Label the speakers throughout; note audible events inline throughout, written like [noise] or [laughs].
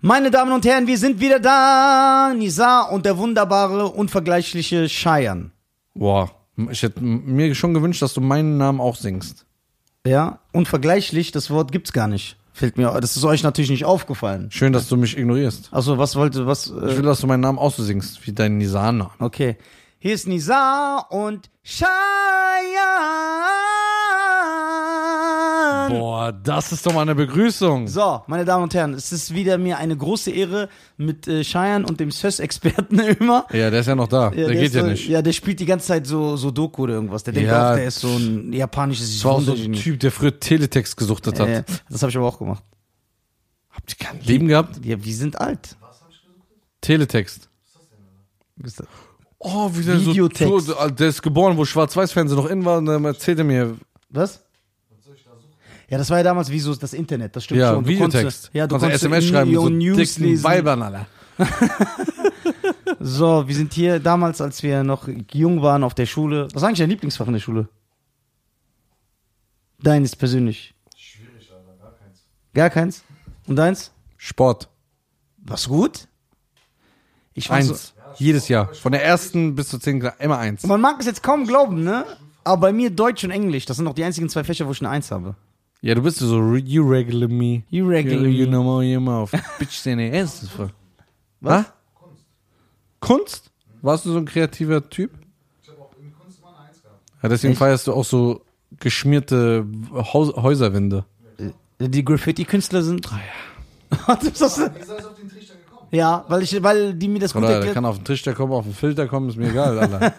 Speaker 1: Meine Damen und Herren, wir sind wieder da. Nisa und der wunderbare, unvergleichliche Scheiern.
Speaker 2: Boah, ich hätte mir schon gewünscht, dass du meinen Namen auch singst.
Speaker 1: Ja, unvergleichlich, das Wort gibt's gar nicht. Fällt mir, das ist euch natürlich nicht aufgefallen.
Speaker 2: Schön, dass du mich ignorierst.
Speaker 1: Also was wollte, was?
Speaker 2: Ich
Speaker 1: Äh,
Speaker 2: will, dass du meinen Namen auch so singst, wie deinen Nisan-Namen.
Speaker 1: okay, hier ist Nisa und Scheiern.
Speaker 2: Boah, das ist doch mal eine Begrüßung.
Speaker 1: So, meine Damen und Herren, es ist wieder mir eine große Ehre mit äh, Scheiern und dem SÖS-Experten [laughs] immer.
Speaker 2: Ja, der ist ja noch da. der,
Speaker 1: ist
Speaker 2: geht ja
Speaker 1: so,
Speaker 2: nicht.
Speaker 1: Ja, der spielt die ganze Zeit so, so Doku oder irgendwas. Der denkt
Speaker 2: Ja.
Speaker 1: auch, der ist so ein japanisches
Speaker 2: Das war auch so ein
Speaker 1: Wundergenie.
Speaker 2: Typ, der früher Teletext gesuchtet hat.
Speaker 1: Ja, das habe ich aber auch gemacht.
Speaker 2: Habt ihr kein Leben gehabt?
Speaker 1: Ja, wir sind alt.
Speaker 2: Teletext. Oh, wie der
Speaker 1: Videotext.
Speaker 2: so... Ah, Der ist geboren, wo Schwarz-Weiß-Fernsehen noch in war. Und dann erzählte mir...
Speaker 1: Was? Ja, das war ja damals wie so das Internet, das stimmt
Speaker 2: Ja,
Speaker 1: schon. Du
Speaker 2: Videotext. Also
Speaker 1: Konntest, ja, du
Speaker 2: Kannst
Speaker 1: konntest
Speaker 2: SMS
Speaker 1: in
Speaker 2: schreiben,
Speaker 1: your
Speaker 2: so
Speaker 1: News
Speaker 2: dicken
Speaker 1: lesen.
Speaker 2: Weibern, Alter.
Speaker 1: So, wir sind hier damals, als wir noch jung waren auf der Schule. Was ist eigentlich dein Lieblingsfach in der Schule? Deines persönlich. Schwierig, aber gar keins. Gar keins? Und deins?
Speaker 2: Sport.
Speaker 1: Was gut? Ich war so-
Speaker 2: Eins. Jedes Jahr. Von der ersten bis zur zehnten Klasse. Immer eins.
Speaker 1: Man mag es jetzt kaum glauben, ne? Aber bei mir Deutsch und Englisch, das sind noch die einzigen zwei Fächer, wo ich eine Eins habe.
Speaker 2: Ja, du bist so re- you regular me.
Speaker 1: You regular
Speaker 2: You, you
Speaker 1: me.
Speaker 2: know more, you [laughs] mouth. Bitch, deine erste Frage.
Speaker 1: Was?
Speaker 2: Ha? Kunst? Mhm. Warst du so ein kreativer Typ? Ja, deswegen
Speaker 1: Echt?
Speaker 2: feierst du auch so geschmierte Haus Häuserwände.
Speaker 1: Die Graffiti-Künstler sind. Ah, [laughs] ja. das hast du,
Speaker 3: Wie seid ihr auf den Trichter gekommen?
Speaker 1: ja, weil, ich, weil die mir das gut
Speaker 2: Oder der
Speaker 1: erklärt
Speaker 2: kann auf den Trichter kommen, auf den Filter kommen, ist mir egal, [laughs] Alter.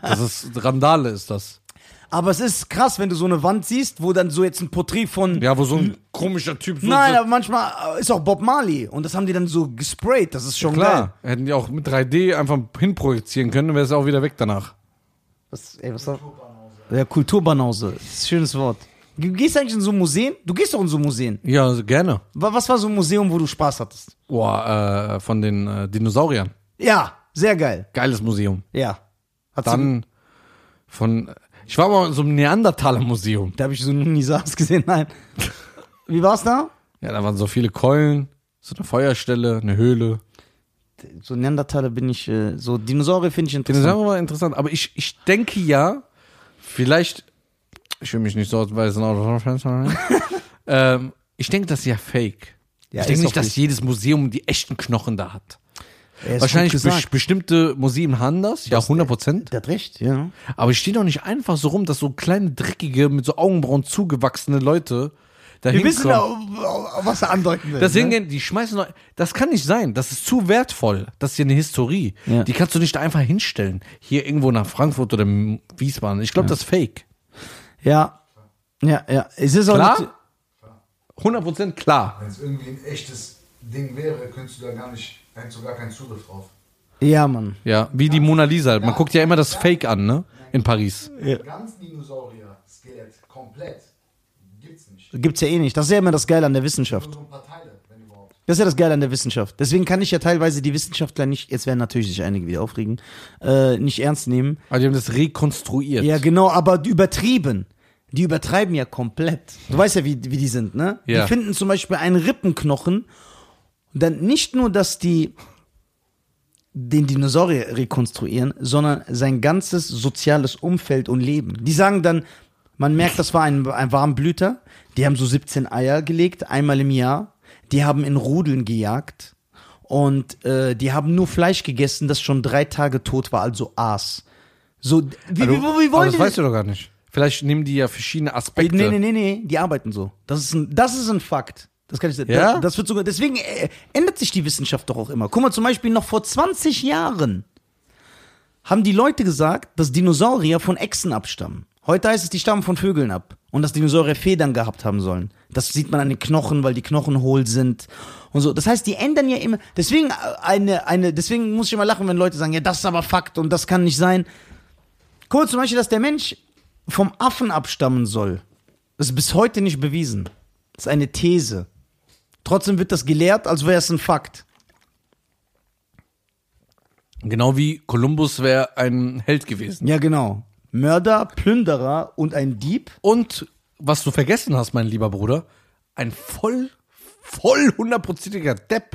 Speaker 2: Das ist Randale ist das.
Speaker 1: Aber es ist krass, wenn du so eine Wand siehst, wo dann so jetzt ein Porträt von.
Speaker 2: Ja, wo so ein komischer Typ so.
Speaker 1: Nein,
Speaker 2: so
Speaker 1: aber manchmal äh, ist auch Bob Marley und das haben die dann so gesprayt, das ist schon geil.
Speaker 2: klar, hätten die auch mit 3D einfach hinprojizieren können, wäre es auch wieder weg danach.
Speaker 1: Was, ey, was auch? Ja, Kulturbanause, Das ist ein schönes Wort. Du gehst eigentlich in so Museen? Du gehst doch in so Museen.
Speaker 2: Ja, also gerne.
Speaker 1: Wa- Was war so ein Museum, wo du Spaß hattest?
Speaker 2: Boah, äh, von den äh, Dinosauriern.
Speaker 1: Ja, sehr geil.
Speaker 2: Geiles Museum.
Speaker 1: Ja. Hat's
Speaker 2: Dann von. Ich war mal in so einem Neandertaler-Museum.
Speaker 1: Da habe ich so [laughs] noch nie saß gesehen. Nein. Wie war's da?
Speaker 2: Ja, da waren so viele Keulen, so eine Feuerstelle, eine Höhle.
Speaker 1: So Neandertaler bin ich, äh, so Dinosaurier finde ich interessant.
Speaker 2: Dinosaurier war interessant, aber ich, ich denke ja, vielleicht. Ich will mich nicht so ne? ausweisen, aber- [laughs] ähm, ich denke, das ist ja fake.
Speaker 1: Ja,
Speaker 2: ich denke
Speaker 1: ist
Speaker 2: nicht,
Speaker 1: doch
Speaker 2: dass
Speaker 1: nicht.
Speaker 2: jedes Museum die echten Knochen da hat.
Speaker 1: Er ist
Speaker 2: Wahrscheinlich
Speaker 1: gut
Speaker 2: bes
Speaker 1: gesagt.
Speaker 2: bestimmte Museen haben das, ja, 100 Prozent.
Speaker 1: Der hat recht, ja.
Speaker 2: Aber ich stehe doch nicht einfach so rum, dass so kleine, dreckige, mit so Augenbrauen zugewachsene Leute da
Speaker 1: Wir wissen
Speaker 2: hinkommen.
Speaker 1: ja, auf was er andeuten will.
Speaker 2: Das
Speaker 1: ne?
Speaker 2: hingehen, die schmeißen noch, das kann nicht sein. Das ist zu wertvoll. Das ist hier eine Historie.
Speaker 1: Ja.
Speaker 2: Die kannst du nicht einfach hinstellen. Hier irgendwo nach Frankfurt oder M- Wiesbaden. Ich glaube, das ist fake.
Speaker 1: Ja. Ja, ja. Es ist auch
Speaker 2: Klar?
Speaker 1: nicht-
Speaker 2: 100% klar.
Speaker 3: Wenn es irgendwie ein echtes Ding wäre, könntest du da gar nicht, hättest du gar keinen Zugriff drauf.
Speaker 1: Ja, Mann.
Speaker 2: Ja, wie die Mona Lisa. Man guckt ja immer das Fake an, ne? In Paris.
Speaker 3: Ja. Ganz Dinosaurier-Skelett, komplett, gibt's nicht.
Speaker 1: Gibt's ja eh nicht. Das ist ja immer das Geile an der Wissenschaft.
Speaker 3: Nur so ein paar Teile, wenn überhaupt.
Speaker 1: Das ist ja das Geile an der Wissenschaft. Deswegen kann ich ja teilweise die Wissenschaftler nicht, jetzt werden natürlich sich einige wieder aufregen, äh, nicht ernst nehmen.
Speaker 2: Aber die haben das rekonstruiert.
Speaker 1: Ja, genau, aber die übertrieben. Die übertreiben ja komplett. Du weißt ja, wie, wie die sind, ne?
Speaker 2: Ja.
Speaker 1: Die finden zum Beispiel einen Rippenknochen. Und dann nicht nur, dass die den Dinosaurier rekonstruieren, sondern sein ganzes soziales Umfeld und Leben. Die sagen dann, man merkt, das war ein, ein Warmblüter. Die haben so 17 Eier gelegt, einmal im Jahr. Die haben in Rudeln gejagt. Und äh, die haben nur Fleisch gegessen, das schon drei Tage tot war, also aß. So, wie, wie, wie, wie
Speaker 2: Aber
Speaker 1: wollen
Speaker 2: das
Speaker 1: die
Speaker 2: Also, weißt du doch gar nicht. Vielleicht nehmen die ja verschiedene Aspekte.
Speaker 1: Nee, nee, nee, nee, die arbeiten so. Das ist ein, das ist ein Fakt. Das kann ich sagen.
Speaker 2: Ja?
Speaker 1: Da- Das wird sogar, deswegen äh, ändert sich die Wissenschaft doch auch immer. Guck mal, zum Beispiel noch vor 20 Jahren haben die Leute gesagt, dass Dinosaurier von Echsen abstammen. Heute heißt es, die stammen von Vögeln ab. Und dass Dinosaurier Federn gehabt haben sollen. Das sieht man an den Knochen, weil die Knochen hohl sind und so. Das heißt, die ändern ja immer. Deswegen äh, eine, eine, deswegen muss ich immer lachen, wenn Leute sagen, ja, das ist aber Fakt und das kann nicht sein. Guck mal, zum Beispiel, dass der Mensch vom Affen abstammen soll. Das ist bis heute nicht bewiesen. Das ist eine These. Trotzdem wird das gelehrt, als wäre es ein Fakt.
Speaker 2: Genau wie Kolumbus wäre ein Held gewesen.
Speaker 1: Ja, genau. Mörder, Plünderer und ein Dieb.
Speaker 2: Und was du vergessen hast, mein lieber Bruder, ein voll voll hundertprozentiger Depp.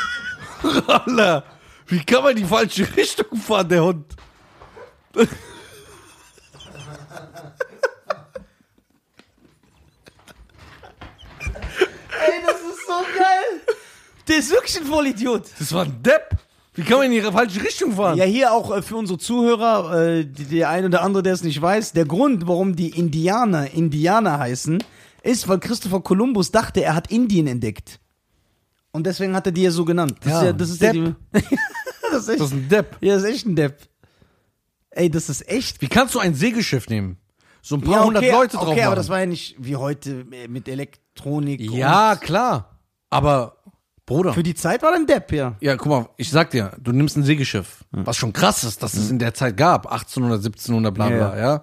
Speaker 2: [laughs] Alter, wie kann man die falsche Richtung fahren, der Hund?
Speaker 1: Ey, das ist so geil. Der ist wirklich ein Vollidiot.
Speaker 2: Das war ein Depp. Wie kann man in die falsche Richtung fahren?
Speaker 1: Ja, hier auch äh, für unsere Zuhörer, äh, die- der ein oder andere, der es nicht weiß, der Grund, warum die Indianer Indianer heißen, ist, weil Christopher Columbus dachte, er hat Indien entdeckt. Und deswegen hat er die ja so genannt. Das
Speaker 2: Ja,
Speaker 1: ist ja, das ist ja die, [laughs]
Speaker 2: Depp.
Speaker 1: das ist echt,
Speaker 2: Das ist ein Depp.
Speaker 1: ja, das ist echt ein Depp. Ey, das ist echt.
Speaker 2: Wie kannst du ein Segelschiff nehmen? So ein paar
Speaker 1: Ja,
Speaker 2: hundert Leute drauf
Speaker 1: Okay,
Speaker 2: machen.
Speaker 1: aber das war ja nicht wie heute äh, mit Elektronik.
Speaker 2: ja,
Speaker 1: und-
Speaker 2: klar. Aber, Bruder.
Speaker 1: Für die Zeit war er ein Depp, ja.
Speaker 2: Ja, guck mal, ich sag dir, du nimmst ein Segelschiff,
Speaker 1: Hm.
Speaker 2: was schon krass ist, dass es in der Zeit gab, 1800, 1700, bla bla,
Speaker 1: Ja.
Speaker 2: ja.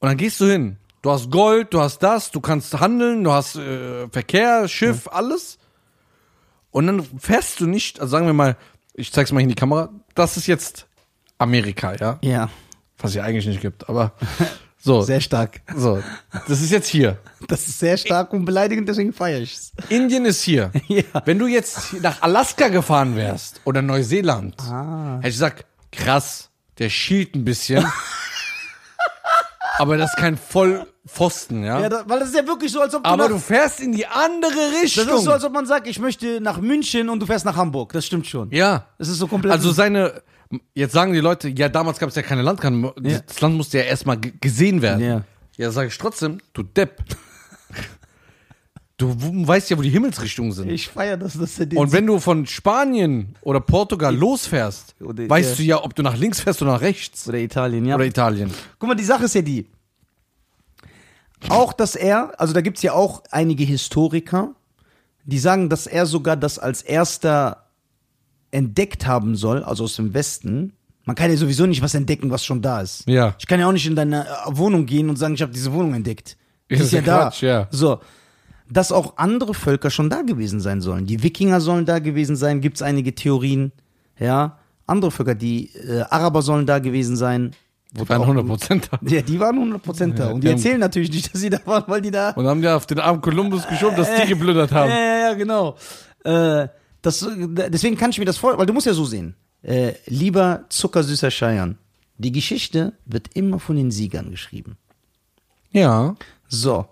Speaker 2: Und dann gehst du hin, du hast Gold, du hast das, du kannst handeln, du hast äh, Verkehr, Schiff, alles. Und dann fährst du nicht, also sagen wir mal, ich zeig's mal in die Kamera, das ist jetzt Amerika, ja,
Speaker 1: Ja,
Speaker 2: was ja eigentlich nicht
Speaker 1: [laughs]
Speaker 2: gibt, aber so,
Speaker 1: sehr stark.
Speaker 2: so, das ist jetzt hier.
Speaker 1: Das ist sehr stark und beleidigend, deswegen feiere ich es.
Speaker 2: Indien ist hier.
Speaker 1: [laughs] Ja.
Speaker 2: Wenn du jetzt nach Alaska gefahren wärst oder Neuseeland,
Speaker 1: Ah.
Speaker 2: hätte ich gesagt, krass, der schielt ein bisschen. aber das ist kein Vollpfosten, ja?
Speaker 1: Ja, da, weil das ist ja wirklich so, als ob du
Speaker 2: aber
Speaker 1: nach-
Speaker 2: du fährst in die andere Richtung.
Speaker 1: Das ist so, als ob man sagt, ich möchte nach München und du fährst nach Hamburg. Das stimmt schon.
Speaker 2: ja.
Speaker 1: Das ist so komplett.
Speaker 2: Also seine, jetzt sagen die Leute, ja, damals gab es ja keine Landkarte. Das Land musste ja erstmal g- gesehen werden.
Speaker 1: Ja.
Speaker 2: Ja, sage ich trotzdem, du Depp. Du w- weißt ja, wo die Himmelsrichtungen sind.
Speaker 1: ich feiere das, dass er den.
Speaker 2: Und wenn du von Spanien oder Portugal losfährst,
Speaker 1: Oder-
Speaker 2: weißt
Speaker 1: ja.
Speaker 2: du ja, ob du nach links fährst oder nach rechts.
Speaker 1: oder Italien, ja.
Speaker 2: Oder Italien.
Speaker 1: Guck mal, die Sache ist ja die. Auch, dass er, also da gibt es ja auch einige Historiker, die sagen, dass er sogar das als erster entdeckt haben soll, also aus dem Westen. Man kann ja sowieso nicht was entdecken, was schon da ist.
Speaker 2: Ja.
Speaker 1: Ich kann ja auch nicht in deine äh, Wohnung gehen und sagen, ich habe diese Wohnung entdeckt. Die
Speaker 2: Ja,
Speaker 1: ist ja
Speaker 2: das ist ja
Speaker 1: da.
Speaker 2: Quatsch, ja.
Speaker 1: So. Dass auch andere Völker schon da gewesen sein sollen. Die Wikinger sollen da gewesen sein, gibt es einige Theorien. Ja. Andere Völker, die äh, Araber sollen da gewesen sein.
Speaker 2: Die waren 100% da.
Speaker 1: Ja, die waren 100% da.
Speaker 2: Ja, ähm,
Speaker 1: Und die
Speaker 2: die haben-
Speaker 1: erzählen natürlich nicht, dass sie da waren, weil die da.
Speaker 2: Und haben ja auf den armen Kolumbus geschoben, dass
Speaker 1: Äh,
Speaker 2: die geplündert
Speaker 1: Ja,
Speaker 2: haben.
Speaker 1: ja, ja, genau. Äh, das, deswegen kann ich mir das vor, weil du musst ja so sehen. Äh, lieber zuckersüßer Scheiern, die Geschichte wird immer von den Siegern geschrieben.
Speaker 2: Ja.
Speaker 1: So,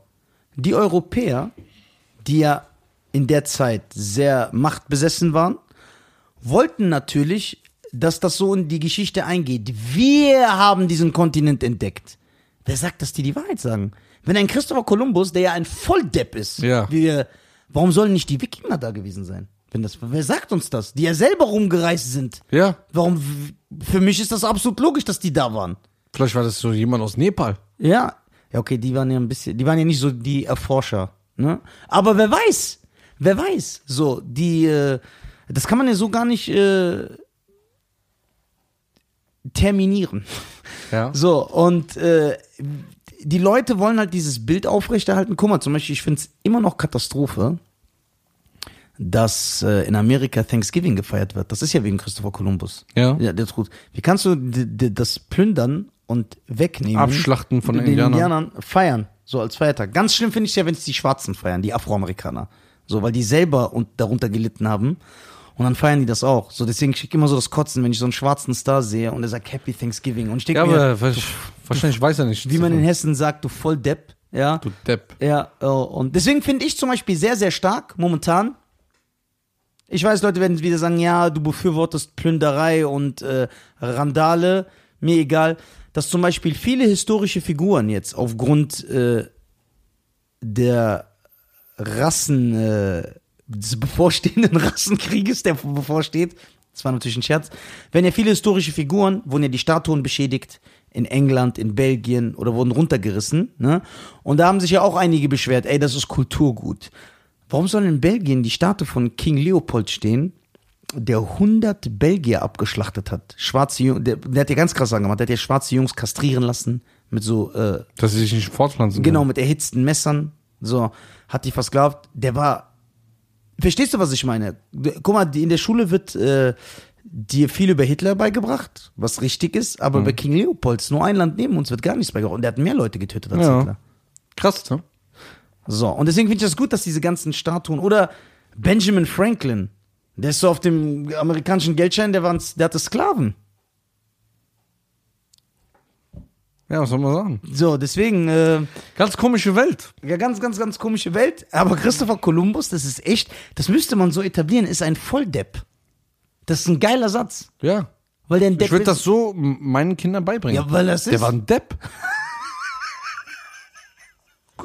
Speaker 1: die Europäer, die ja in der Zeit sehr machtbesessen waren, wollten natürlich, dass das so in die Geschichte eingeht. Wir haben diesen Kontinent entdeckt. Wer sagt, dass die die Wahrheit sagen? Wenn ein Christopher Columbus, der ja ein Volldepp ist,
Speaker 2: Ja.
Speaker 1: wie wir, warum sollen nicht die Wikinger da gewesen sein? Wenn das, wer sagt uns das? Die ja selber rumgereist sind.
Speaker 2: Ja.
Speaker 1: Warum? Für mich ist das absolut logisch, dass die da waren.
Speaker 2: Vielleicht war das so jemand aus Nepal.
Speaker 1: Ja. Ja, okay, die waren ja ein bisschen, die waren ja nicht so die Erforscher, ne? Aber wer weiß? Wer weiß? So, die, äh, das kann man ja so gar nicht äh, terminieren. [laughs]
Speaker 2: Ja.
Speaker 1: So, und äh, die Leute wollen halt dieses Bild aufrechterhalten. Guck mal, zum Beispiel, ich finde es immer noch Katastrophe, dass äh, in Amerika Thanksgiving gefeiert wird. Das ist ja wegen Christopher Columbus.
Speaker 2: Ja.
Speaker 1: Ja, das ist gut. Wie kannst du d- d- das plündern und wegnehmen?
Speaker 2: Abschlachten von
Speaker 1: Mhm. den
Speaker 2: Indianern.
Speaker 1: Indianern feiern, so als Feiertag. Ganz schlimm finde ich es ja, wenn es die Schwarzen feiern, die Afroamerikaner. So, weil die selber und darunter gelitten haben. Und dann feiern die das auch. So, deswegen krieg ich immer so das Kotzen, wenn ich so einen schwarzen Star sehe und er sagt Happy Thanksgiving. Und ich denke
Speaker 2: Ja,
Speaker 1: mir,
Speaker 2: aber wahrscheinlich- wahrscheinlich weiß er nicht.
Speaker 1: wie man in Hessen sagt, du voll Depp. Ja.
Speaker 2: Du Depp.
Speaker 1: Ja, oh, und deswegen finde ich zum Beispiel sehr, sehr stark momentan. Ich weiß, Leute werden wieder sagen, ja, du befürwortest Plünderei und äh, Randale, mir egal, dass zum Beispiel viele historische Figuren jetzt aufgrund äh, der Rassen, äh, des bevorstehenden [laughs] Rassenkrieges, der bevorsteht, das war natürlich ein Scherz, werden ja viele historische Figuren, wurden ja die Statuen beschädigt in England, in Belgien oder wurden runtergerissen. Ne? Und da haben sich ja auch einige beschwert, ey, das ist Kulturgut. Warum soll in Belgien die Statue von King Leopold stehen, der 100 Belgier abgeschlachtet hat? Schwarze Jungs, der, der hat ja ganz krass angemacht, der hat ja schwarze Jungs kastrieren lassen mit so äh,
Speaker 2: Dass sie sich nicht fortpflanzen
Speaker 1: Genau,
Speaker 2: können.
Speaker 1: mit erhitzten Messern. So, hat die versklavt. Der war. Verstehst du, was ich meine? Guck mal, die- in der Schule wird äh, dir viel über Hitler beigebracht, was richtig ist, aber bei King Leopolds, nur ein Land neben uns, wird gar nichts beigebracht. Und der hat mehr Leute getötet als
Speaker 2: Ja.
Speaker 1: Hitler.
Speaker 2: Krass, ne?
Speaker 1: So, und deswegen finde ich das gut, dass diese ganzen Statuen oder Benjamin Franklin, der ist so auf dem amerikanischen Geldschein, der, war, der hatte Sklaven.
Speaker 2: Ja, was soll man sagen?
Speaker 1: So, deswegen, äh,
Speaker 2: Ganz komische Welt.
Speaker 1: ja, ganz, ganz, ganz komische Welt. Aber Christopher Columbus, das ist echt, das müsste man so etablieren, ist ein Volldepp. Das ist ein geiler Satz.
Speaker 2: Ja.
Speaker 1: Weil der ein Depp
Speaker 2: Ich würde
Speaker 1: ist.
Speaker 2: das so m- meinen Kindern beibringen.
Speaker 1: Ja, weil das
Speaker 2: Der
Speaker 1: ist-
Speaker 2: war ein
Speaker 1: [laughs]
Speaker 2: Depp.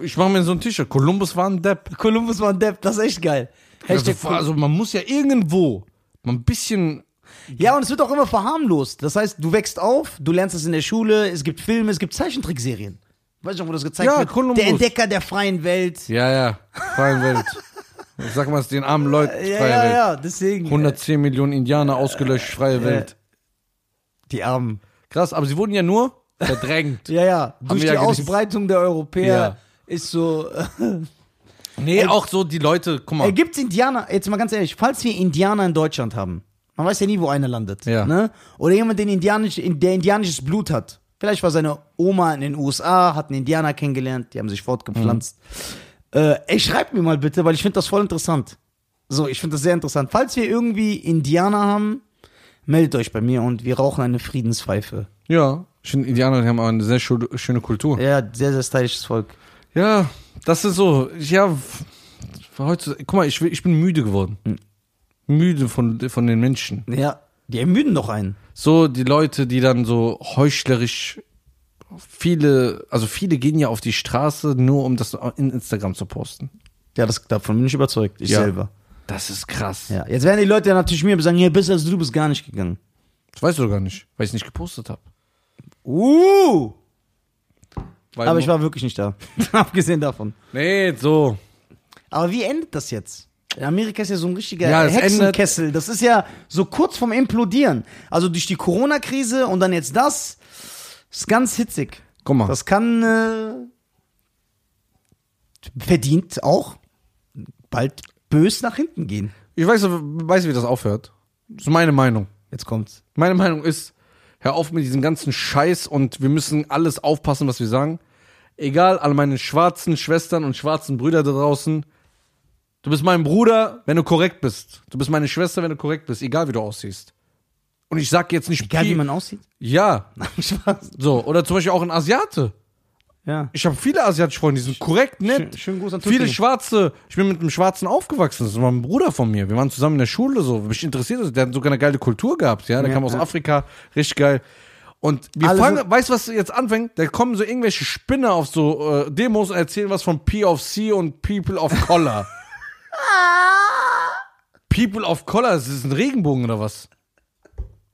Speaker 2: Ich mache mir so ein T-Shirt. Kolumbus war ein Depp.
Speaker 1: Columbus war ein Depp, das ist echt geil.
Speaker 2: Also,
Speaker 1: Hashtag Col-
Speaker 2: also man muss ja irgendwo mal ein bisschen.
Speaker 1: Ja, und es wird auch immer verharmlost. Das heißt, du wächst auf, du lernst es in der Schule, es gibt Filme, es gibt Zeichentrickserien. Weißt du noch, wo das gezeigt
Speaker 2: Ja,
Speaker 1: wird?
Speaker 2: Columbus.
Speaker 1: Der Entdecker der freien Welt.
Speaker 2: Ja, ja. Freie Welt. Ich sag mal es den armen Leuten. Freie
Speaker 1: Ja, ja,
Speaker 2: Welt.
Speaker 1: ja, deswegen.
Speaker 2: 110 Millionen Indianer ausgelöscht, freie Welt.
Speaker 1: Die Armen.
Speaker 2: Krass, aber sie wurden ja nur verdrängt.
Speaker 1: Ja, ja. Durch die
Speaker 2: wir [laughs] ja gelesen.
Speaker 1: Ausbreitung der Europäer
Speaker 2: Ja.
Speaker 1: ist so.
Speaker 2: nee, auch so die Leute, guck
Speaker 1: Äh,
Speaker 2: mal.
Speaker 1: gibt's Indianer, jetzt mal ganz ehrlich, falls wir Indianer in Deutschland haben, man weiß ja nie, wo einer landet.
Speaker 2: Ja.
Speaker 1: Ne? Oder jemand, den indianisch, in- der indianisches Blut hat. Vielleicht war seine Oma in den USA, hat einen Indianer kennengelernt, die haben sich fortgepflanzt. Äh, ey, schreibt mir mal bitte, weil ich finde das voll interessant. So, ich finde das sehr interessant. Falls wir irgendwie Indianer haben, meldet euch bei mir und wir rauchen eine Friedenspfeife.
Speaker 2: Ja, ich finde, Indianer die haben auch eine sehr schöne schöne Kultur.
Speaker 1: Ja, sehr, sehr stylisches Volk.
Speaker 2: Ja, das ist so. Ich- Ja, f- heute, guck mal, ich, will- ich bin müde geworden. Müde von, von den Menschen.
Speaker 1: Ja, die ermüden doch einen.
Speaker 2: So die Leute, die dann so heuchlerisch viele, also viele gehen ja auf die Straße nur, um das in Instagram zu posten.
Speaker 1: Ja, das, davon bin ich überzeugt. Ich
Speaker 2: Ja.
Speaker 1: selber.
Speaker 2: Das ist krass.
Speaker 1: Ja, jetzt werden die Leute ja natürlich mir sagen, hier bist als du bist gar nicht gegangen.
Speaker 2: Das weißt du gar nicht, weil ich nicht gepostet habe.
Speaker 1: Uh!
Speaker 2: Weil-
Speaker 1: Aber ich war wirklich nicht da. [laughs] Abgesehen davon.
Speaker 2: Nee, so.
Speaker 1: Aber wie endet das jetzt? In Amerika ist ja so ein richtiger
Speaker 2: Ja, es
Speaker 1: Hexenkessel. Das ist ja so kurz vorm Implodieren. Also durch die Corona-Krise und dann jetzt das. Ist ganz hitzig.
Speaker 2: Guck mal.
Speaker 1: Das kann äh, verdient auch bald bös nach hinten gehen.
Speaker 2: Ich weiß, weiß, wie das aufhört. Das ist meine Meinung.
Speaker 1: Jetzt kommt's.
Speaker 2: Meine Meinung ist, hör auf mit diesem ganzen Scheiß und wir müssen alles aufpassen, was wir sagen. Egal an meine schwarzen Schwestern und schwarzen Brüder da draußen. Du bist mein Bruder, wenn du korrekt bist. Du bist meine Schwester, wenn du korrekt bist, egal wie du aussiehst. Und ich sag jetzt nicht
Speaker 1: Egal wie
Speaker 2: Pi-
Speaker 1: man aussieht. [laughs]
Speaker 2: Ja,
Speaker 1: Spaß.
Speaker 2: so. Oder zum Beispiel auch ein Asiate.
Speaker 1: Ja.
Speaker 2: Ich habe viele asiatische Freunde, die sind korrekt, nett.
Speaker 1: Schön- schönen Gruß an
Speaker 2: Viele
Speaker 1: Tutsi.
Speaker 2: Schwarze. Ich bin mit einem Schwarzen aufgewachsen. Das war ein Bruder von mir. Wir waren zusammen in der Schule so. Mich interessiert das. Der hat sogar eine geile Kultur gehabt. Ja, der
Speaker 1: Ja,
Speaker 2: kam aus
Speaker 1: ja.
Speaker 2: Afrika. Richtig geil. Und wir
Speaker 1: Alle
Speaker 2: fangen,
Speaker 1: so-
Speaker 2: weißt du, was jetzt anfängt? Da kommen so irgendwelche Spinner auf so äh, Demos und erzählen was von POC und People of
Speaker 1: [laughs]
Speaker 2: Color. People of Color, das ist ein Regenbogen oder was?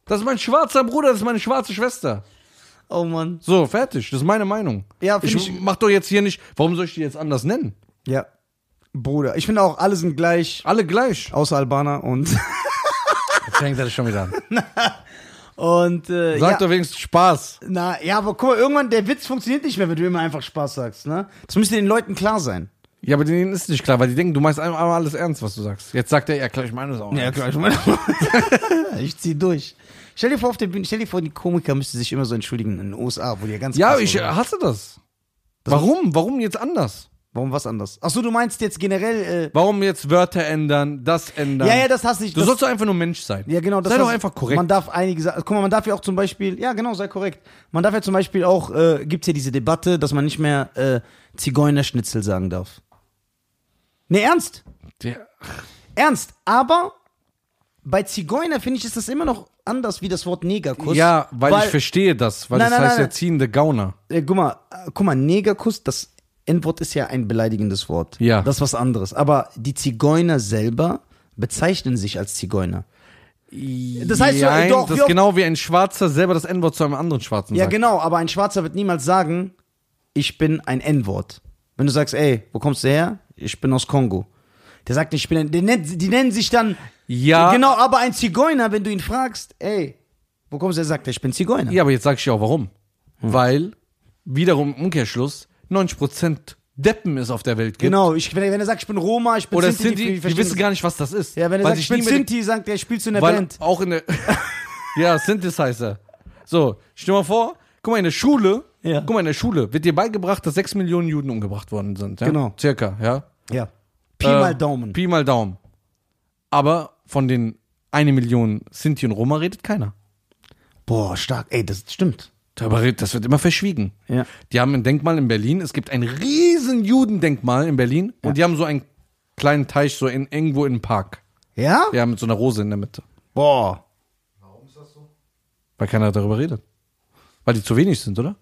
Speaker 2: Das ist mein schwarzer Bruder, das ist meine schwarze Schwester.
Speaker 1: Oh Mann.
Speaker 2: So, fertig. Das ist meine Meinung.
Speaker 1: Ja,
Speaker 2: ich,
Speaker 1: find ich-
Speaker 2: mach doch jetzt hier nicht. Warum soll ich die jetzt anders nennen?
Speaker 1: Ja. Bruder. Ich finde auch, alle sind gleich.
Speaker 2: Alle gleich.
Speaker 1: außer Albaner und [laughs] Oh,
Speaker 2: Jetzt fängt er schon wieder [laughs] an.
Speaker 1: und äh,
Speaker 2: Sag
Speaker 1: ja,
Speaker 2: doch wenigstens Spaß.
Speaker 1: na ja, aber guck mal, irgendwann der Witz funktioniert nicht mehr, wenn du immer einfach Spaß sagst, ne? Das müsste den Leuten klar sein.
Speaker 2: Ja, aber denen ist nicht klar, weil die denken, du meinst einmal alles ernst, was du sagst. Jetzt sagt er, ja klar, ich meine es auch. ernst.
Speaker 1: klar, ich [laughs] ich zieh durch. Stell dir vor auf der Bühne, stell dir vor, die Komiker müssten sich immer so entschuldigen in den USA, wo die ja äh, ganz
Speaker 2: Ja,
Speaker 1: krass
Speaker 2: ich
Speaker 1: sind.
Speaker 2: hasse das. Warum? Warum jetzt anders?
Speaker 1: Warum was anders? Ach so, du meinst jetzt generell äh,
Speaker 2: Warum jetzt Wörter ändern, das ändern?
Speaker 1: Ja, ja, das hasse ich.
Speaker 2: du
Speaker 1: das,
Speaker 2: sollst doch einfach nur Mensch sein.
Speaker 1: Ja, genau.
Speaker 2: sei doch
Speaker 1: was-
Speaker 2: einfach korrekt.
Speaker 1: Man darf einige Sachen, guck mal, man darf ja auch zum Beispiel, ja genau, sei korrekt. Man darf ja zum Beispiel auch, äh, gibt's ja diese Debatte, dass man nicht mehr äh, Zigeunerschnitzel sagen darf. Ne, ernst?
Speaker 2: Der-
Speaker 1: Ernst, aber bei Zigeuner finde ich, ist das immer noch anders wie das Wort Negerkuss.
Speaker 2: ja, weil, ich verstehe das, weil
Speaker 1: Nein,
Speaker 2: das
Speaker 1: nein,
Speaker 2: heißt
Speaker 1: nein,
Speaker 2: ja ziehende Gauner.
Speaker 1: äh, guck mal, äh, guck mal, Negerkuss, das N-Wort ist ja ein beleidigendes Wort.
Speaker 2: Ja.
Speaker 1: Das ist was anderes. Aber die Zigeuner selber bezeichnen sich als Zigeuner. Das heißt ja,
Speaker 2: Nein,
Speaker 1: doch,
Speaker 2: das
Speaker 1: wie
Speaker 2: ist
Speaker 1: oft-
Speaker 2: genau wie ein Schwarzer selber das N-Wort zu einem anderen Schwarzen
Speaker 1: Ja,
Speaker 2: sagt.
Speaker 1: genau, aber ein Schwarzer wird niemals sagen, ich bin ein N-Wort. Wenn du sagst, ey, wo kommst du her? Ich bin aus Kongo. Der sagt nicht, ich bin ein, die, nennt, die nennen sich dann,
Speaker 2: Ja.
Speaker 1: genau, aber ein Zigeuner, wenn du ihn fragst, ey, wo kommst du her? Sagt er, ich bin Zigeuner.
Speaker 2: Ja, aber jetzt sag ich dir auch warum.
Speaker 1: Hm.
Speaker 2: Weil, wiederum im Umkehrschluss, 90% Deppen es auf der Welt gibt.
Speaker 1: Genau, ich, wenn, er- wenn er sagt, ich bin Roma, ich bin
Speaker 2: Oder
Speaker 1: Sinti,
Speaker 2: Sinti, die,
Speaker 1: verstehen
Speaker 2: wissen
Speaker 1: das.
Speaker 2: gar nicht, was das ist.
Speaker 1: Ja, wenn er
Speaker 2: Weil
Speaker 1: sagt, ich
Speaker 2: sich
Speaker 1: bin
Speaker 2: nie mit-
Speaker 1: Sinti, sagt er, spielst du in der
Speaker 2: Weil
Speaker 1: Band. [laughs]
Speaker 2: auch in der... ja, Synthesizer. So, stell dir mal vor, guck mal, in der Schule
Speaker 1: Ja.
Speaker 2: Guck mal, in der Schule wird dir beigebracht, dass 6 Millionen Juden umgebracht worden sind. Ja?
Speaker 1: Genau.
Speaker 2: Circa, ja.
Speaker 1: Ja. Pi
Speaker 2: Äh,
Speaker 1: mal Daumen.
Speaker 2: Pi mal Daumen. Aber von den eine Million Sinti und Roma redet keiner.
Speaker 1: Boah, stark. Ey, das stimmt.
Speaker 2: Darüber redet, das wird immer verschwiegen.
Speaker 1: Ja.
Speaker 2: Die haben ein Denkmal in Berlin. Es gibt ein riesen Judendenkmal in Berlin. Und die haben so einen kleinen Teich so in, irgendwo im Park.
Speaker 1: Ja?
Speaker 2: Ja, mit so einer Rose in der Mitte.
Speaker 1: Boah.
Speaker 3: Warum ist das so?
Speaker 2: Weil keiner darüber redet. Weil die zu wenig sind, oder?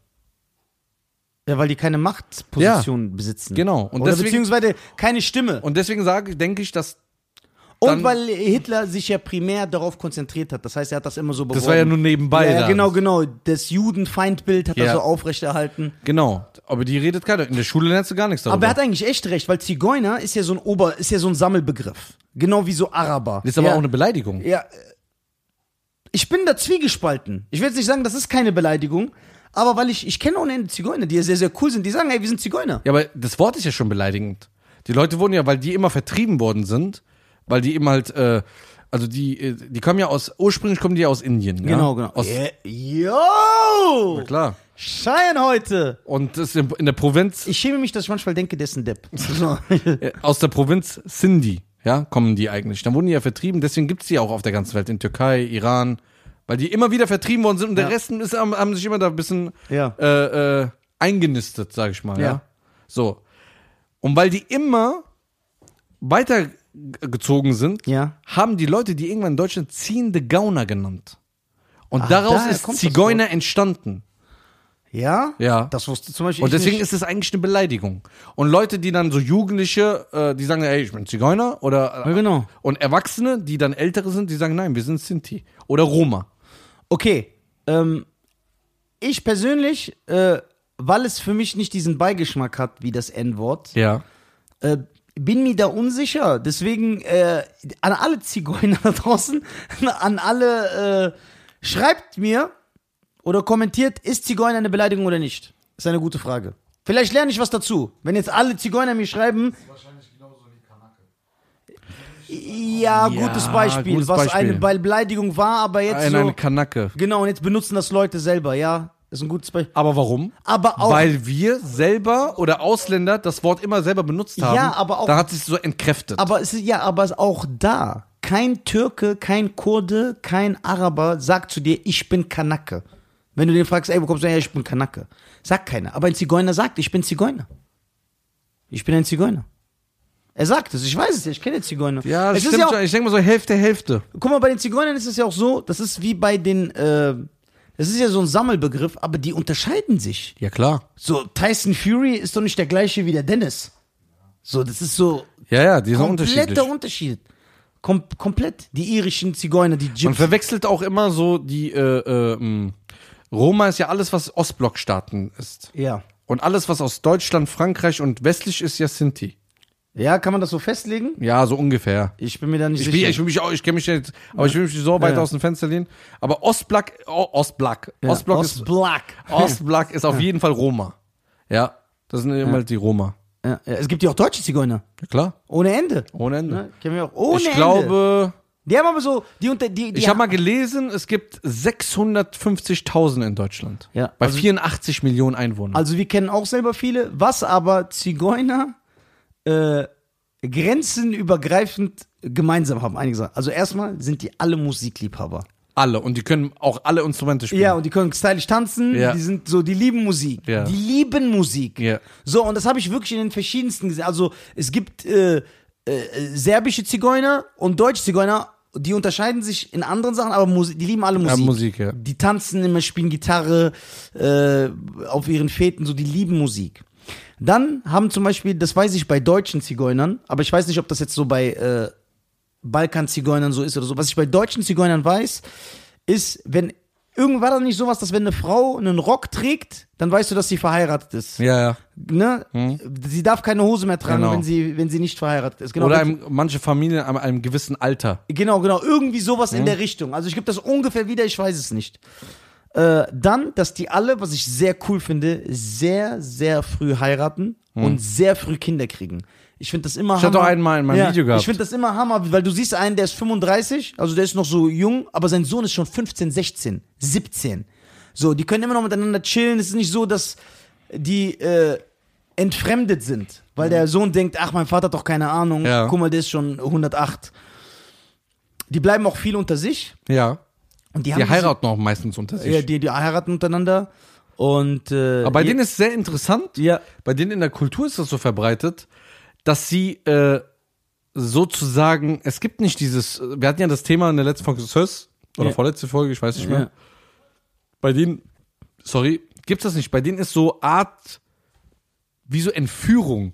Speaker 1: Ja, weil die keine Machtposition besitzen.
Speaker 2: Genau. Und
Speaker 1: Oder
Speaker 2: deswegen-
Speaker 1: beziehungsweise keine Stimme. Und,
Speaker 2: Und deswegen sage, denke ich, dass dann-
Speaker 1: weil Hitler sich ja primär darauf konzentriert hat. Das heißt, er hat das immer so beworben.
Speaker 2: war ja nur nebenbei
Speaker 1: Ja, ja
Speaker 2: da.
Speaker 1: genau, genau. Das Judenfeindbild hat
Speaker 2: Ja.
Speaker 1: er so aufrechterhalten.
Speaker 2: genau. Aber die redet keiner. In der Schule lernst du gar nichts darüber.
Speaker 1: Aber er hat eigentlich echt recht, weil Zigeuner ist ja so ein Ober, ist ja so ein Sammelbegriff. Genau wie so Araber.
Speaker 2: das ist aber
Speaker 1: ja.
Speaker 2: auch eine Beleidigung.
Speaker 1: Ja. äh, Ich bin da zwiegespalten. Ich will jetzt nicht sagen, das ist keine Beleidigung, aber weil ich, ich kenne ohne Ende Zigeuner, die ja sehr, sehr cool sind. Die sagen, ey, wir sind Zigeuner.
Speaker 2: Ja, aber das Wort ist ja schon beleidigend. Die Leute wurden ja, weil die immer vertrieben worden sind, weil die eben halt, äh, also die, äh, die kommen ja aus, ursprünglich kommen die ja aus Indien.
Speaker 1: Genau,
Speaker 2: ja?
Speaker 1: genau.
Speaker 2: Aus,
Speaker 1: Yeah. Yo!
Speaker 2: Klar.
Speaker 1: Schein heute!
Speaker 2: Und das in in der Provinz,
Speaker 1: Ich schäme mich, dass ich manchmal denke, der ist ein
Speaker 2: [laughs]
Speaker 1: Depp.
Speaker 2: äh, aus der Provinz Sindhi, ja, kommen die eigentlich. Dann wurden die ja vertrieben, deswegen gibt's die auch auf der ganzen Welt, in Türkei, Iran, weil die immer wieder vertrieben worden sind und der
Speaker 1: Ja.
Speaker 2: Rest ist, am- haben sich immer da ein bisschen
Speaker 1: Ja.
Speaker 2: äh, äh, eingenistet, sag ich mal. Ja.
Speaker 1: Ja.
Speaker 2: So. Und weil die immer weitergezogen sind,
Speaker 1: Ja.
Speaker 2: haben die Leute, die irgendwann in Deutschland ziehende Gauner genannt. Und
Speaker 1: Ah,
Speaker 2: daraus
Speaker 1: daher
Speaker 2: ist
Speaker 1: kommt das
Speaker 2: Zigeuner entstanden.
Speaker 1: ja?
Speaker 2: Ja.
Speaker 1: Das wusste zum Beispiel
Speaker 2: Und
Speaker 1: ich
Speaker 2: deswegen
Speaker 1: nicht.
Speaker 2: ist es eigentlich eine Beleidigung. Und Leute, die dann so Jugendliche, äh, die sagen, ey, ich bin Zigeuner oder äh,
Speaker 1: Ja, genau.
Speaker 2: und Erwachsene, die dann Ältere sind, die sagen, nein, wir sind Sinti oder Roma.
Speaker 1: Okay. Ähm, ich persönlich, äh, weil es für mich nicht diesen Beigeschmack hat wie das N-Wort,
Speaker 2: Ja.
Speaker 1: äh, bin mir da unsicher. Deswegen äh, an alle Zigeuner da draußen, [laughs] an alle, äh, schreibt mir oder kommentiert, ist Zigeuner eine Beleidigung oder nicht? Ist eine gute Frage. Vielleicht lerne ich was dazu. Wenn jetzt alle Zigeuner mir schreiben,
Speaker 3: Wahrscheinlich genauso wie Kanake.
Speaker 1: ja, gutes Beispiel,
Speaker 2: gutes
Speaker 1: was
Speaker 2: Beispiel.
Speaker 1: eine Beleidigung war, aber jetzt
Speaker 2: Eine,
Speaker 1: so.
Speaker 2: eine Kanacke.
Speaker 1: Genau, und jetzt benutzen das Leute selber, ja. Ist ein gutes Beispiel.
Speaker 2: Aber warum?
Speaker 1: Aber auch.
Speaker 2: Weil wir selber oder Ausländer das Wort immer selber benutzt haben.
Speaker 1: Ja, aber auch-
Speaker 2: Dann hat sich so entkräftet.
Speaker 1: aber es ist ja, aber es ist auch da. Kein Türke, kein Kurde, kein Araber sagt zu dir, ich bin Kanake. Wenn du den fragst, ey, wo kommst du her? Ich bin Kanake. Sagt keiner. Aber ein Zigeuner sagt, ich bin Zigeuner. Ich bin ein Zigeuner. Er sagt es, ich weiß es ja, ich kenne Zigeuner.
Speaker 2: ja, das
Speaker 1: es
Speaker 2: stimmt
Speaker 1: ist ja auch,
Speaker 2: schon. Ich denke mal so Hälfte, Hälfte.
Speaker 1: Guck mal, bei den Zigeunern ist es ja auch so, das ist wie bei den, äh, das ist ja so ein Sammelbegriff, aber die unterscheiden sich.
Speaker 2: Ja, klar.
Speaker 1: So, Tyson Fury ist doch nicht der gleiche wie der Dennis. So, das ist so
Speaker 2: Ja, ja, die sind unterschiedlich.
Speaker 1: kompletter Unterschied. Kom komplett. Die irischen Zigeuner, die
Speaker 2: Man
Speaker 1: Gypsy.
Speaker 2: verwechselt auch immer so die äh, äh, ähm, Roma ist ja alles, was Ostblockstaaten ist.
Speaker 1: Ja.
Speaker 2: Und alles, was aus Deutschland, Frankreich und westlich ist, ja Sinti.
Speaker 1: Ja, kann man das so festlegen?
Speaker 2: Ja, so ungefähr.
Speaker 1: Ich bin mir da nicht
Speaker 2: Ich, bin,
Speaker 1: sicher.
Speaker 2: ich will mich auch, ich kenne mich jetzt, aber ich will mich nicht so weit
Speaker 1: Ja.
Speaker 2: aus dem Fenster lehnen. Aber Ostblock, oh, Ostblock, Ostblock ist,
Speaker 1: [laughs] Ostblock.
Speaker 2: Ostblock ist auf jeden Fall Roma. Ja, das sind immer die Roma.
Speaker 1: Ja, ja, es gibt ja auch deutsche Zigeuner.
Speaker 2: Ja, klar,
Speaker 1: Ohne Ende.
Speaker 2: ohne Ende.
Speaker 1: Ne? Kennen wir auch. Ohne
Speaker 2: ich
Speaker 1: Ende.
Speaker 2: glaube,
Speaker 1: Die haben aber so, die unter, die, die
Speaker 2: ich habe mal gelesen, es gibt 650.000 in Deutschland.
Speaker 1: Ja.
Speaker 2: Bei
Speaker 1: Also-
Speaker 2: 84 Millionen Einwohnern.
Speaker 1: Also wir kennen auch selber viele. Was aber Zigeuner äh, grenzenübergreifend gemeinsam haben, einige sagen. Also erstmal sind die alle Musikliebhaber.
Speaker 2: alle. Und die können auch alle Instrumente spielen.
Speaker 1: Ja, und die können stylisch tanzen,
Speaker 2: Ja.
Speaker 1: die sind so, die lieben Musik.
Speaker 2: Ja.
Speaker 1: Die lieben Musik.
Speaker 2: Ja.
Speaker 1: So, und das habe ich wirklich in den verschiedensten gesehen. Also es gibt äh, äh, serbische Zigeuner und deutsche Zigeuner, die unterscheiden sich in anderen Sachen, aber Musi die lieben alle Musik.
Speaker 2: Musik, ja.
Speaker 1: Die tanzen immer, spielen Gitarre äh, auf ihren Feten, so die lieben Musik. Dann haben zum Beispiel, das weiß ich bei deutschen Zigeunern, aber ich weiß nicht, ob das jetzt so bei äh, Balkan-Zigeunern so ist oder so. Was ich bei deutschen Zigeunern weiß, ist, wenn irgendwann war da nicht sowas, dass wenn eine Frau einen Rock trägt, dann weißt du, dass sie verheiratet ist.
Speaker 2: ja, ja.
Speaker 1: Ne? Sie darf keine Hose mehr tragen,
Speaker 2: Genau.
Speaker 1: wenn, sie, wenn sie nicht verheiratet ist. Genau,
Speaker 2: Oder im, manche Familien an einem gewissen Alter.
Speaker 1: genau, genau. Irgendwie sowas
Speaker 2: Mhm.
Speaker 1: in der Richtung. Also ich gebe das ungefähr wieder, ich weiß es nicht. Äh, dann, dass die alle, was ich sehr cool finde, sehr, sehr früh heiraten und sehr früh Kinder kriegen. Ich finde das immer
Speaker 2: Mhm. Ich hatte
Speaker 1: Hammer.
Speaker 2: auch einen mal in meinem
Speaker 1: ja,
Speaker 2: Video gehabt.
Speaker 1: Ich finde das immer Hammer, weil du siehst einen, der ist 35, also der ist noch so jung, aber sein Sohn ist schon 15, 16, 17. So, die können immer noch miteinander chillen. Es ist nicht so, dass die äh, entfremdet sind, weil der Sohn denkt, ach, mein Vater hat doch keine Ahnung.
Speaker 2: Mhm. Ja.
Speaker 1: Guck mal, der ist schon 108. Die bleiben auch viel unter sich.
Speaker 2: Ja.
Speaker 1: Und die,
Speaker 2: Die
Speaker 1: haben
Speaker 2: heiraten auch meistens unter
Speaker 1: Diese, ja,
Speaker 2: sich.
Speaker 1: die, die heiraten untereinander. Und, äh,
Speaker 2: Aber bei
Speaker 1: je-
Speaker 2: denen ist sehr interessant,
Speaker 1: Ja.
Speaker 2: bei denen in der Kultur ist das so verbreitet, dass sie äh, sozusagen, es gibt nicht dieses, wir hatten ja das Thema in der letzten Folge des Hörs, oder
Speaker 1: Ja.
Speaker 2: vorletzte Folge, ich weiß nicht mehr.
Speaker 1: Ja.
Speaker 2: Bei denen, sorry, gibt's das nicht. Bei denen ist so Art, wie so Entführung.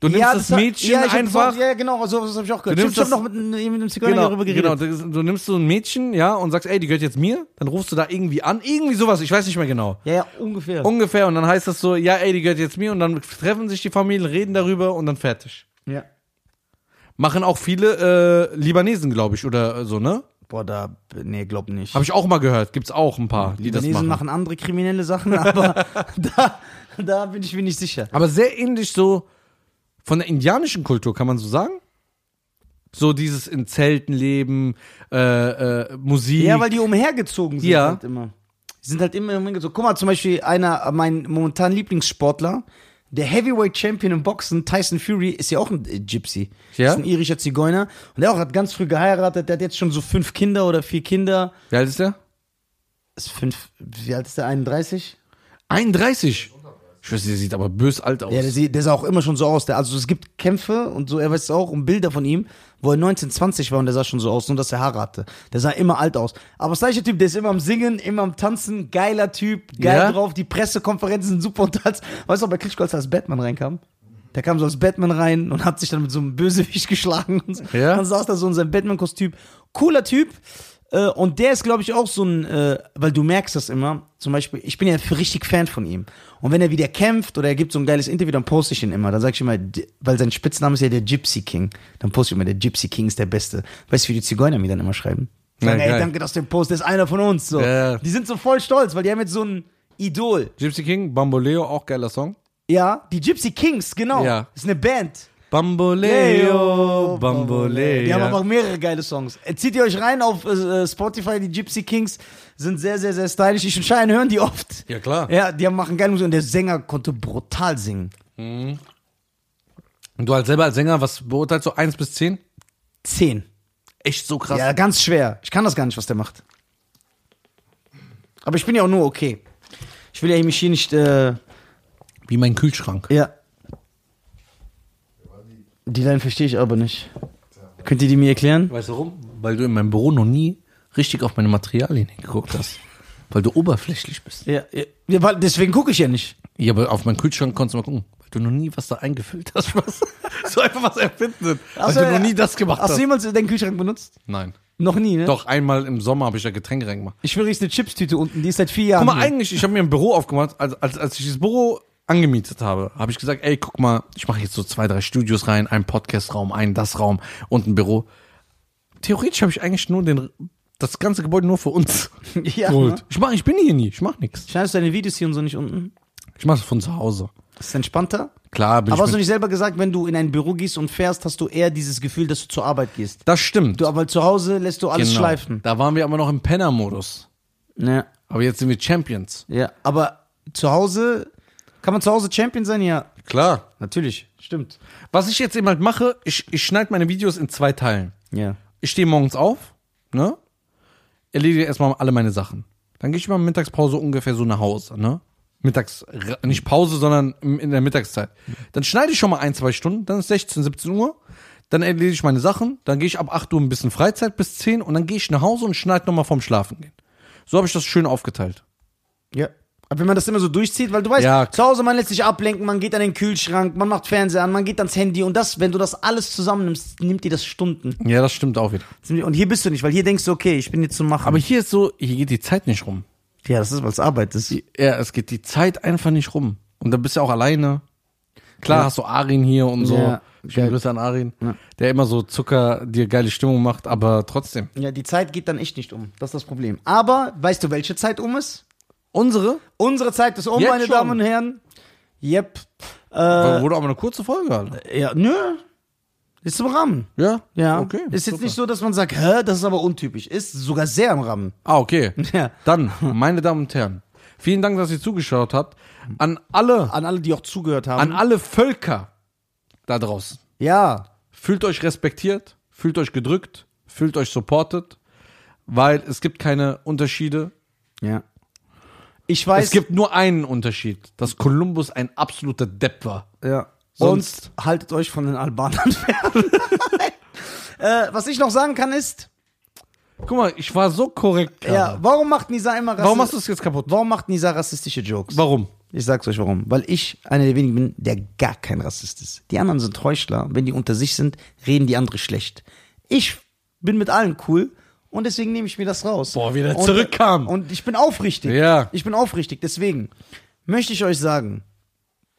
Speaker 2: Du nimmst
Speaker 1: ja,
Speaker 2: das,
Speaker 1: hat-
Speaker 2: Mädchen
Speaker 1: ja, ich hab's
Speaker 2: einfach.
Speaker 1: Auch, ja, genau, so was habe ich auch gehört.
Speaker 2: Du nimmst
Speaker 1: Stimmt, ich habe
Speaker 2: das-
Speaker 1: noch mit, einem- mit einem Zigeuner
Speaker 2: Genau,
Speaker 1: darüber
Speaker 2: genau,
Speaker 1: geredet.
Speaker 2: das ist- du nimmst so ein Mädchen, ja, und sagst, ey, die gehört jetzt mir, dann rufst du da irgendwie an, irgendwie sowas, ich weiß nicht mehr genau.
Speaker 1: Ja, ja, ungefähr.
Speaker 2: Ungefähr, und dann heißt das so, ja, ey, die gehört jetzt mir, und dann treffen sich die Familien, reden darüber und dann fertig.
Speaker 1: ja.
Speaker 2: Machen auch viele äh, Libanesen, glaube ich, oder äh, so, ne?
Speaker 1: Boah, da, nee, glaub nicht.
Speaker 2: Habe ich auch mal gehört, gibt's auch ein paar, die das
Speaker 1: Libanesen
Speaker 2: machen.
Speaker 1: machen andere kriminelle Sachen, [laughs] aber da, da bin ich mir nicht sicher.
Speaker 2: Aber sehr ähnlich so von der indianischen Kultur, kann man so sagen? So dieses in Zelten leben, äh, äh, Musik.
Speaker 1: Ja, weil die umhergezogen sind
Speaker 2: Ja.
Speaker 1: halt immer. Die sind halt immer umhergezogen. Guck mal, zum Beispiel einer, mein momentan Lieblingssportler, der Heavyweight Champion im Boxen, Tyson Fury, ist ja auch ein äh, Gypsy.
Speaker 2: Ja?
Speaker 1: Ist ein irischer Zigeuner. Und der auch hat ganz früh geheiratet, der hat jetzt schon so fünf Kinder oder vier Kinder.
Speaker 2: Wie alt ist der?
Speaker 1: Ist fünf, wie alt ist der? 31?
Speaker 2: 31. Ich weiß, der sieht aber bös alt aus.
Speaker 1: Ja, der, sieht- der sah auch immer schon so aus. Der, also es gibt Kämpfe und so, er weiß es auch, und Bilder von ihm, wo er 19, 20 war und der sah schon so aus, nur dass er Haare hatte. Der sah immer alt aus. Aber das gleiche Typ, der ist immer am Singen, immer am Tanzen, geiler Typ, geil
Speaker 2: Ja?
Speaker 1: drauf, die Pressekonferenzen sind super und als, weißt du, auch bei Klitschko, als er als Batman reinkam? Der kam so als Batman rein und hat sich dann mit so einem Bösewicht [laughs] geschlagen. Und so.
Speaker 2: Ja?
Speaker 1: Dann saß da so in seinem Batman-Kostüm. Cooler Typ. Äh, Und der ist, glaube ich, auch so ein, äh, weil du merkst das immer, zum Beispiel, ich bin ja richtig Fan von ihm. Und wenn er wieder kämpft oder er gibt so ein geiles Interview, dann poste ich ihn immer. Dann sage ich immer, D- weil sein Spitzname ist ja der Gypsy King. Dann poste ich immer, der Gypsy King ist der Beste. Weißt du, wie die Zigeuner mir dann immer schreiben?
Speaker 2: Ja,
Speaker 1: Sagen, ey,
Speaker 2: geil.
Speaker 1: danke, dass du den Post, der ist einer von uns. So.
Speaker 2: Ja.
Speaker 1: Die sind so voll stolz, weil die haben jetzt so ein Idol.
Speaker 2: Gypsy King, Bamboleo, auch geiler Song.
Speaker 1: Ja, die Gypsy Kings, genau.
Speaker 2: Ja.
Speaker 1: Ist eine Band.
Speaker 2: Bamboleo, Bamboleo.
Speaker 1: Die haben aber auch mehrere geile Songs. Äh, Zieht ihr euch rein auf äh, Spotify, die Gypsy Kings sind sehr, sehr, sehr stylisch. Ich und Schein hören die oft.
Speaker 2: Ja, klar.
Speaker 1: Ja, die haben, machen geile Musik und der Sänger konnte brutal singen.
Speaker 2: Und du als selber als Sänger, was beurteilst du? 1 bis 10?
Speaker 1: Zehn.
Speaker 2: Echt so krass.
Speaker 1: Ja, ganz schwer. Ich kann das gar nicht, was der macht. Aber ich bin ja auch nur okay. Ich will ja mich hier nicht, äh,
Speaker 2: Wie mein Kühlschrank.
Speaker 1: ja. Die Line verstehe ich aber nicht. Könnt ihr die mir erklären?
Speaker 2: Weißt du warum? Weil du in meinem Büro noch nie richtig auf meine Materialien geguckt hast. Weil du oberflächlich bist.
Speaker 1: Ja, ja. ja weil- deswegen gucke ich ja nicht.
Speaker 2: Ja, aber auf meinen Kühlschrank konntest du mal gucken. Weil du noch nie was da eingefüllt hast. Was, [laughs] so einfach was erfinden. Weil
Speaker 1: so,
Speaker 2: du
Speaker 1: ja.
Speaker 2: noch nie das gemacht
Speaker 1: Hast du
Speaker 2: hast.
Speaker 1: jemals deinen Kühlschrank benutzt?
Speaker 2: Nein.
Speaker 1: Noch nie, ne?
Speaker 2: Doch, einmal im Sommer habe ich da Getränke reingemacht.
Speaker 1: Ich schwöre, hier ist eine Chipstüte unten, die ist seit vier Jahren.
Speaker 2: Guck mal,
Speaker 1: hier.
Speaker 2: eigentlich, ich habe mir ein Büro aufgemacht, als, als, als ich das Büro angemietet habe, habe ich gesagt, ey, guck mal, ich mache jetzt so zwei, drei Studios rein, einen Podcast-Raum, einen das Raum und ein Büro. Theoretisch habe ich eigentlich nur den, das ganze Gebäude nur für uns
Speaker 1: [laughs] Ja,
Speaker 2: geholt.
Speaker 1: ne?
Speaker 2: Ich, mach, ich bin hier nie, ich mache nichts.
Speaker 1: Schneidest du deine Videos hier und so nicht unten?
Speaker 2: Ich mache es von zu Hause.
Speaker 1: Das ist entspannter.
Speaker 2: Klar, bin
Speaker 1: Aber hast
Speaker 2: ich
Speaker 1: du
Speaker 2: mit,
Speaker 1: nicht selber gesagt, wenn du in ein Büro gehst und fährst, hast du eher dieses Gefühl, dass du zur Arbeit gehst?
Speaker 2: Das stimmt.
Speaker 1: Du, aber zu Hause lässt du alles
Speaker 2: Genau.
Speaker 1: schleifen.
Speaker 2: Da waren wir aber noch im Penner-Modus.
Speaker 1: Ja,
Speaker 2: Aber jetzt sind wir Champions.
Speaker 1: ja. Aber zu Hause, kann man zu Hause Champion sein? Ja,
Speaker 2: Klar.
Speaker 1: natürlich. Stimmt.
Speaker 2: Was ich jetzt eben halt mache, ich, ich schneide meine Videos in zwei Teilen.
Speaker 1: Ja.
Speaker 2: ich stehe morgens auf, ne? Erledige erstmal alle meine Sachen. Dann gehe ich mal Mittagspause ungefähr so nach Hause, ne? Mittags, nicht Pause, sondern im- in der Mittagszeit. Dann schneide ich schon mal ein, zwei Stunden, dann ist 16, 17 Uhr. Dann erledige ich meine Sachen, dann gehe ich ab 8 Uhr ein bisschen Freizeit bis 10 und dann gehe ich nach Hause und schneide nochmal vorm Schlafen gehen. So habe ich das schön aufgeteilt.
Speaker 1: Ja. Aber wenn man das immer so durchzieht, weil du weißt,
Speaker 2: Ja.
Speaker 1: zu Hause man lässt sich ablenken, man geht an den Kühlschrank, man macht Fernseher an, man geht ans Handy und das, wenn du das alles zusammennimmst, nimmt dir das Stunden.
Speaker 2: Ja, das stimmt auch wieder.
Speaker 1: Und hier bist du nicht, weil hier denkst du, okay, ich bin jetzt zum Machen.
Speaker 2: Aber hier ist so, hier geht die Zeit nicht rum.
Speaker 1: ja, das ist, weil es Arbeit ist.
Speaker 2: Ja, es geht die Zeit einfach nicht rum. Und dann bist du auch alleine. Klar,
Speaker 1: Ja.
Speaker 2: hast du Arin hier und so.
Speaker 1: Ja,
Speaker 2: Schöne
Speaker 1: geil.
Speaker 2: Grüße an Arin, der immer so Zucker dir geile Stimmung macht, aber trotzdem.
Speaker 1: Ja, die Zeit geht dann echt nicht um. Das ist das Problem. Aber weißt du, welche Zeit um ist?
Speaker 2: Unsere,
Speaker 1: Unsere Zeit ist um,
Speaker 2: Jetzt
Speaker 1: meine
Speaker 2: schon?
Speaker 1: Damen und Herren. Yep. Äh,
Speaker 2: wurde aber eine kurze Folge. Alter.
Speaker 1: ja, nö. Ist im Rahmen.
Speaker 2: halt. Ja?
Speaker 1: Ja.
Speaker 2: Okay.
Speaker 1: ist jetzt
Speaker 2: super.
Speaker 1: nicht so, dass man sagt, hä, das ist aber untypisch. Ist sogar sehr im Rahmen.
Speaker 2: Ah, okay.
Speaker 1: [laughs] Ja.
Speaker 2: Dann, meine Damen und Herren, vielen Dank, dass ihr zugeschaut habt. An alle,
Speaker 1: An alle, die auch zugehört haben.
Speaker 2: an alle Völker da draußen.
Speaker 1: ja.
Speaker 2: Fühlt euch respektiert, fühlt euch gedrückt, fühlt euch supported, weil es gibt keine Unterschiede.
Speaker 1: Ja. Ich weiß.
Speaker 2: Es gibt nur einen Unterschied, dass Kolumbus ein absoluter Depp war.
Speaker 1: Ja.
Speaker 2: Sonst-
Speaker 1: und haltet euch von den Albanern [laughs] fern. äh, was ich noch sagen kann ist,
Speaker 2: Guck mal, ich war so korrekt.
Speaker 1: ja.
Speaker 2: gerade.
Speaker 1: warum macht Nisa immer Rassi
Speaker 2: Warum machst du es jetzt kaputt?
Speaker 1: Warum macht Nisa rassistische Jokes?
Speaker 2: Warum?
Speaker 1: Ich sag's euch warum. Weil ich einer der wenigen bin, der gar kein Rassist ist. Die anderen sind Heuchler. Wenn die unter sich sind, reden die andere schlecht. Ich bin mit allen cool und deswegen nehme ich mir das raus.
Speaker 2: Boah, wie der
Speaker 1: und,
Speaker 2: zurückkam.
Speaker 1: Und ich bin aufrichtig.
Speaker 2: Ja.
Speaker 1: Ich bin aufrichtig. Deswegen möchte ich euch sagen,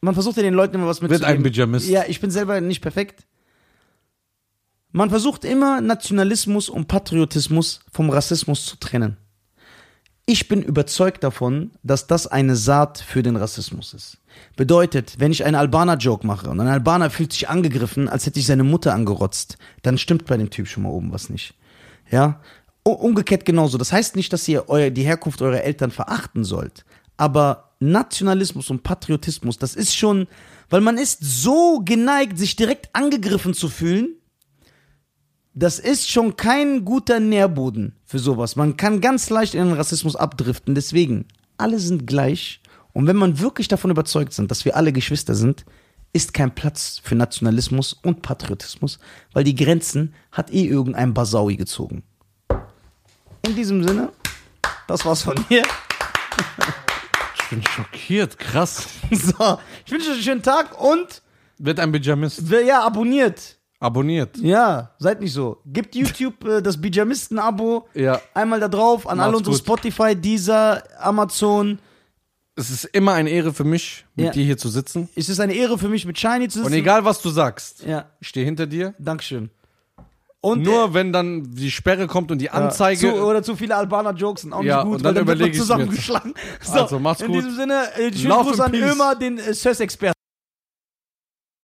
Speaker 1: man versucht ja den Leuten immer was mitzugeben.
Speaker 2: ein Pyjamist.
Speaker 1: Ja, ich bin selber nicht perfekt. Man versucht immer Nationalismus und Patriotismus vom Rassismus zu trennen. Ich bin überzeugt davon, dass das eine Saat für den Rassismus ist. Bedeutet, wenn ich einen Albaner-Joke mache und ein Albaner fühlt sich angegriffen, als hätte ich seine Mutter angerotzt, dann stimmt bei dem Typ schon mal oben was nicht. Ja? U- Umgekehrt genauso. Das heißt nicht, dass ihr euer, die Herkunft eurer Eltern verachten sollt. Aber Nationalismus und Patriotismus, das ist schon, weil man ist so geneigt, sich direkt angegriffen zu fühlen, das ist schon kein guter Nährboden für sowas. Man kann ganz leicht in den Rassismus abdriften. Deswegen, alle sind gleich. Und wenn man wirklich davon überzeugt sind, dass wir alle Geschwister sind, ist kein Platz für Nationalismus und Patriotismus, weil die Grenzen hat eh irgendein Basaui gezogen. In diesem Sinne, das war's von mir. [laughs]
Speaker 2: Ich bin schockiert, krass.
Speaker 1: So, ich wünsche euch einen schönen Tag und
Speaker 2: Wird ein Pyjamist.
Speaker 1: wer ja abonniert.
Speaker 2: Abonniert.
Speaker 1: Ja, seid nicht so. Gebt YouTube äh, das Bijamisten-Abo.
Speaker 2: Ja.
Speaker 1: Einmal da drauf an alle
Speaker 2: Macht's
Speaker 1: unsere
Speaker 2: gut.
Speaker 1: Spotify, Deezer, Amazon.
Speaker 2: Es ist immer eine Ehre für mich, mit
Speaker 1: Ja.
Speaker 2: dir hier zu sitzen.
Speaker 1: Es ist eine Ehre für mich, mit Shiny zu sitzen.
Speaker 2: Und egal, was du sagst,
Speaker 1: Ja,
Speaker 2: ich stehe hinter dir.
Speaker 1: Dankeschön. Und äh,
Speaker 2: Nur wenn dann die Sperre kommt und die
Speaker 1: ja,
Speaker 2: Anzeige.
Speaker 1: zu, oder zu viele Albaner-Jokes sind auch
Speaker 2: Ja,
Speaker 1: nicht gut,
Speaker 2: und dann
Speaker 1: weil dann wird
Speaker 2: überlege
Speaker 1: man
Speaker 2: [laughs] ich's mir.
Speaker 1: zusammengeschlagen. So,
Speaker 2: Also, macht's
Speaker 1: in
Speaker 2: gut.
Speaker 1: In diesem Sinne, äh, schönen
Speaker 2: Love
Speaker 1: Gruß
Speaker 2: and
Speaker 1: an
Speaker 2: peace.
Speaker 1: Ömer, den äh, Sös-Experten.